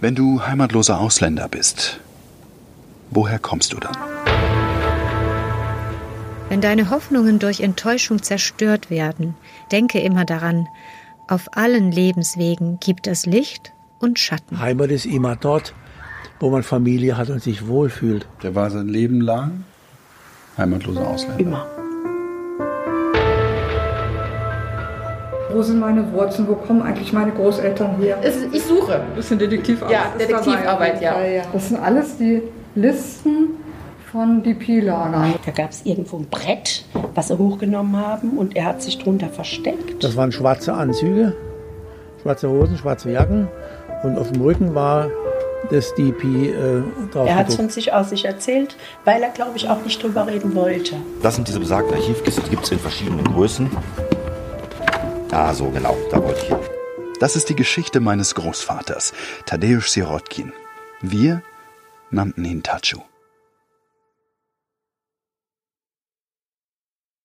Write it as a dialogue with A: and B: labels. A: Wenn du heimatloser Ausländer bist, woher kommst du dann?
B: Wenn deine Hoffnungen durch Enttäuschung zerstört werden, denke immer daran, auf allen Lebenswegen gibt es Licht und Schatten.
C: Heimat ist immer dort, wo man Familie hat und sich wohlfühlt.
A: Der war sein Leben lang heimatloser Ausländer.
D: Immer.
E: Wo sind meine Wurzeln? Wo kommen eigentlich meine Großeltern her?
D: Es, ich suche.
E: Ein bisschen Detektivarbeit.
D: Ja,
E: ist dabei auf jeden
D: Detektivarbeit, ja.
E: Fall, Das sind alles die Listen von DP-Lagern.
F: Da gab es irgendwo ein Brett, was sie hochgenommen haben und er hat sich drunter versteckt.
C: Das waren schwarze Anzüge, schwarze Hosen, schwarze Jacken und auf dem Rücken war das DP äh, drauf.
F: Er hat
C: gedruckt.
F: es von sich aus nicht erzählt, weil er, glaube ich, auch nicht drüber reden wollte.
G: Das sind diese besagten Archivkisten, die gibt es in verschiedenen Größen. Ah, so genau, da wollte ich hin.
A: Das ist die Geschichte meines Großvaters, Tadeusz Sirotkin. Wir nannten ihn Tatschu.